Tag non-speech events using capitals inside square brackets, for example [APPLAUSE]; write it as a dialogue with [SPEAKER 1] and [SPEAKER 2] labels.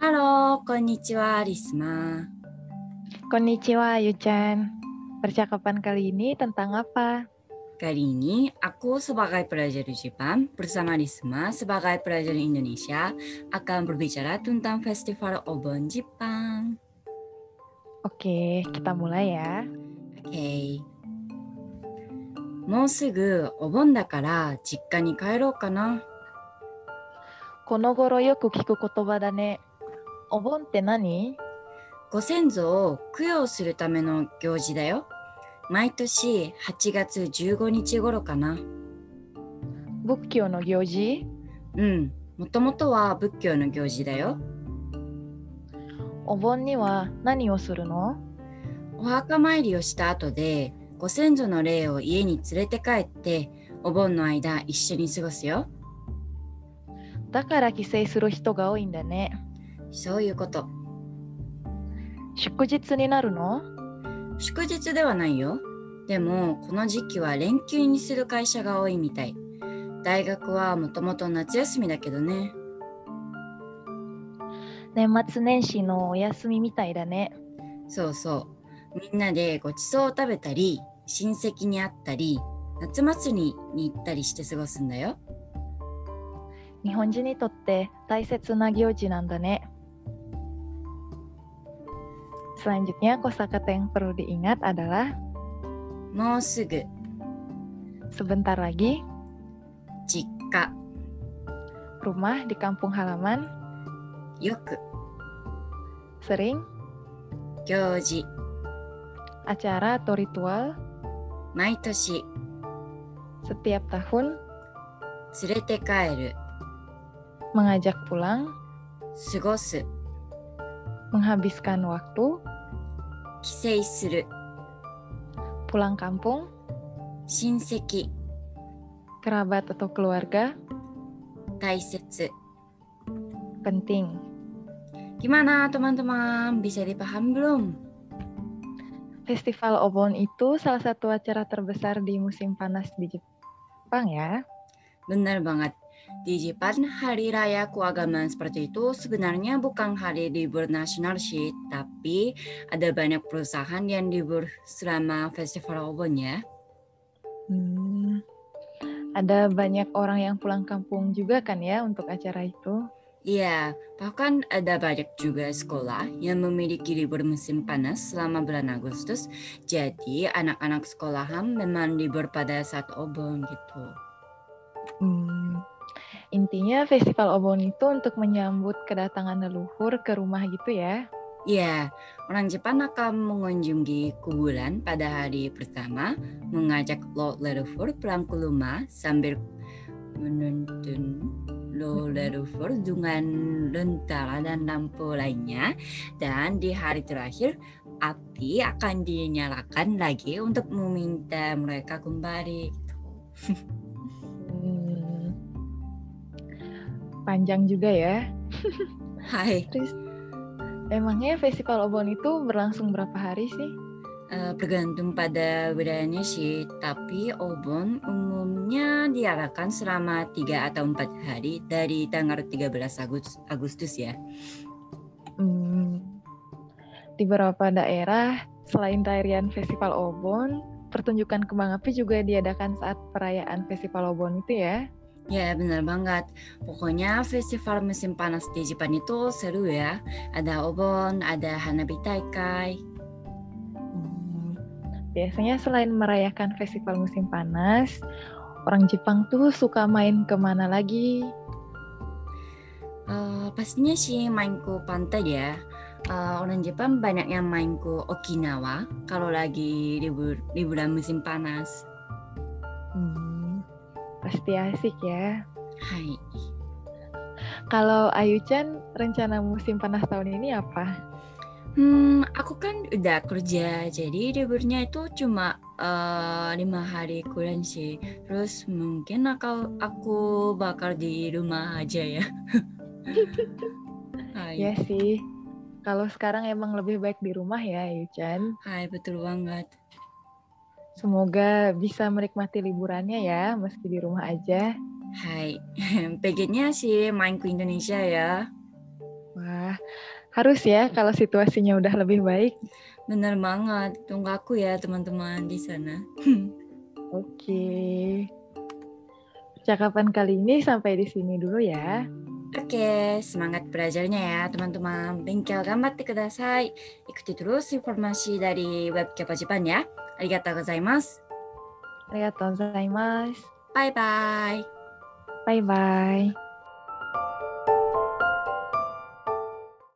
[SPEAKER 1] ハロー、こんにちは、リスマ。
[SPEAKER 2] Konnichiwa, Yuchan. Percakapan kali ini tentang apa?
[SPEAKER 1] Kali ini aku sebagai pelajar Jepang bersama Risma sebagai pelajar Indonesia akan berbicara tentang Festival Obon Jepang.
[SPEAKER 2] Oke, kita mulai ya.
[SPEAKER 1] OK。もうすぐお盆だから実家に帰ろうかな。
[SPEAKER 2] この頃よく聞く言葉だね。お盆って何
[SPEAKER 1] ご先祖を供養するための行事だよ。毎年8月15日頃かな。
[SPEAKER 2] 仏教の行事
[SPEAKER 1] うん、もともとは仏教の行事だよ。
[SPEAKER 2] お盆には何をするの
[SPEAKER 1] お墓参りをした後でご先祖の霊を家に連れて帰ってお盆の間一緒に過ごすよ。
[SPEAKER 2] だから帰省する人が多いんだね。
[SPEAKER 1] そういうこと。
[SPEAKER 2] 祝日になるの
[SPEAKER 1] 祝日ではないよ。でもこの時期は連休にする会社が多いみたい。大学はもともと夏休みだけどね。
[SPEAKER 2] 年末年始のお休みみたいだね。
[SPEAKER 1] そうそう。みんなでごちそうを食べたり、親戚に会ったり、夏祭りに行ったりして過ごすんだよ。
[SPEAKER 2] 日本人にとって大切な行事なんだね。Selanjutnya kosakata yang perlu diingat adalah
[SPEAKER 1] もうすぐ
[SPEAKER 2] sebentar lagi
[SPEAKER 1] 実家
[SPEAKER 2] rumah di kampung halaman
[SPEAKER 1] よく
[SPEAKER 2] sering
[SPEAKER 1] 行事
[SPEAKER 2] acara atau ritual
[SPEAKER 1] 毎年
[SPEAKER 2] setiap tahun
[SPEAKER 1] 連れて帰る
[SPEAKER 2] mengajak pulang
[SPEAKER 1] 過ごす
[SPEAKER 2] menghabiskan waktu
[SPEAKER 1] 帰省する
[SPEAKER 2] pulang kampung
[SPEAKER 1] 親戚
[SPEAKER 2] kerabat atau keluarga
[SPEAKER 1] 大切
[SPEAKER 2] penting
[SPEAKER 1] Gimana teman-teman? Bisa dipaham belum?
[SPEAKER 2] Festival Obon itu salah satu acara terbesar di musim panas di Jepang ya
[SPEAKER 1] Benar banget. Di Jepang, hari raya keagamaan seperti itu sebenarnya bukan hari libur nasional sih, tapi ada banyak perusahaan yang libur selama festival Obon ya.
[SPEAKER 2] Hmm. Ada banyak orang yang pulang kampung juga kan ya untuk acara itu.
[SPEAKER 1] Iya, bahkan ada banyak juga sekolah yang memiliki libur musim panas selama bulan Agustus. Jadi anak-anak sekolahan memang libur pada saat Obon gitu.
[SPEAKER 2] Hmm. Intinya festival obon itu untuk menyambut kedatangan leluhur ke rumah gitu ya.
[SPEAKER 1] Ya, orang Jepang akan mengunjungi kuburan pada hari pertama, mengajak Lord Leluhur pulang ke rumah sambil menuntun Lord Leluhur dengan lentera dan lampu lainnya. Dan di hari terakhir, api akan dinyalakan lagi untuk meminta mereka kembali.
[SPEAKER 2] Hmm. Panjang juga ya.
[SPEAKER 1] Hai,
[SPEAKER 2] Terus emangnya festival obon itu berlangsung berapa hari sih?
[SPEAKER 1] eh, bergantung pada wilayahnya sih, tapi Obon umumnya diadakan selama 3 atau 4 hari dari tanggal 13 Agus- Agustus ya.
[SPEAKER 2] Hmm. Di beberapa daerah selain tarian festival obon, pertunjukan kembang api juga diadakan saat perayaan festival obon itu ya.
[SPEAKER 1] Ya benar banget. Pokoknya festival musim panas di Jepang itu seru ya. Ada Obon, ada Hanabi Taikai.
[SPEAKER 2] Hmm. Biasanya selain merayakan festival musim panas, orang Jepang tuh suka main kemana lagi?
[SPEAKER 1] Eh, pastinya sih mainku pantai ya. Eh, orang Jepang banyak yang mainku Okinawa kalau lagi libur liburan musim panas.
[SPEAKER 2] Hmm, pasti asik ya.
[SPEAKER 1] Hai.
[SPEAKER 2] Kalau Ayu-chan, rencana musim panas tahun ini apa?
[SPEAKER 1] Hmm, aku kan udah kerja, jadi liburnya itu cuma eh, lima hari kurang sih. Terus mungkin aku aku bakal di rumah aja ya.
[SPEAKER 2] Ya
[SPEAKER 1] Hai,
[SPEAKER 2] sih, kalau sekarang emang lebih baik di rumah ya Ayu-chan.
[SPEAKER 1] hai betul banget.
[SPEAKER 2] Semoga bisa menikmati liburannya ya, meski di rumah aja.
[SPEAKER 1] Hai, [LAUGHS] pengennya sih main ke Indonesia ya.
[SPEAKER 2] Wah, harus ya kalau situasinya udah lebih baik.
[SPEAKER 1] Bener banget. Tunggu aku ya teman-teman di sana.
[SPEAKER 2] Oke. Percakapan kali ini sampai di sini dulu ya.
[SPEAKER 1] Oke, semangat belajarnya ya teman-teman. Bengkel gambar kudasai. Ikuti terus informasi dari web Kepo Jepang ya. Arigatou gozaimasu.
[SPEAKER 2] Arigatou gozaimasu.
[SPEAKER 1] Bye-bye.
[SPEAKER 2] Bye-bye.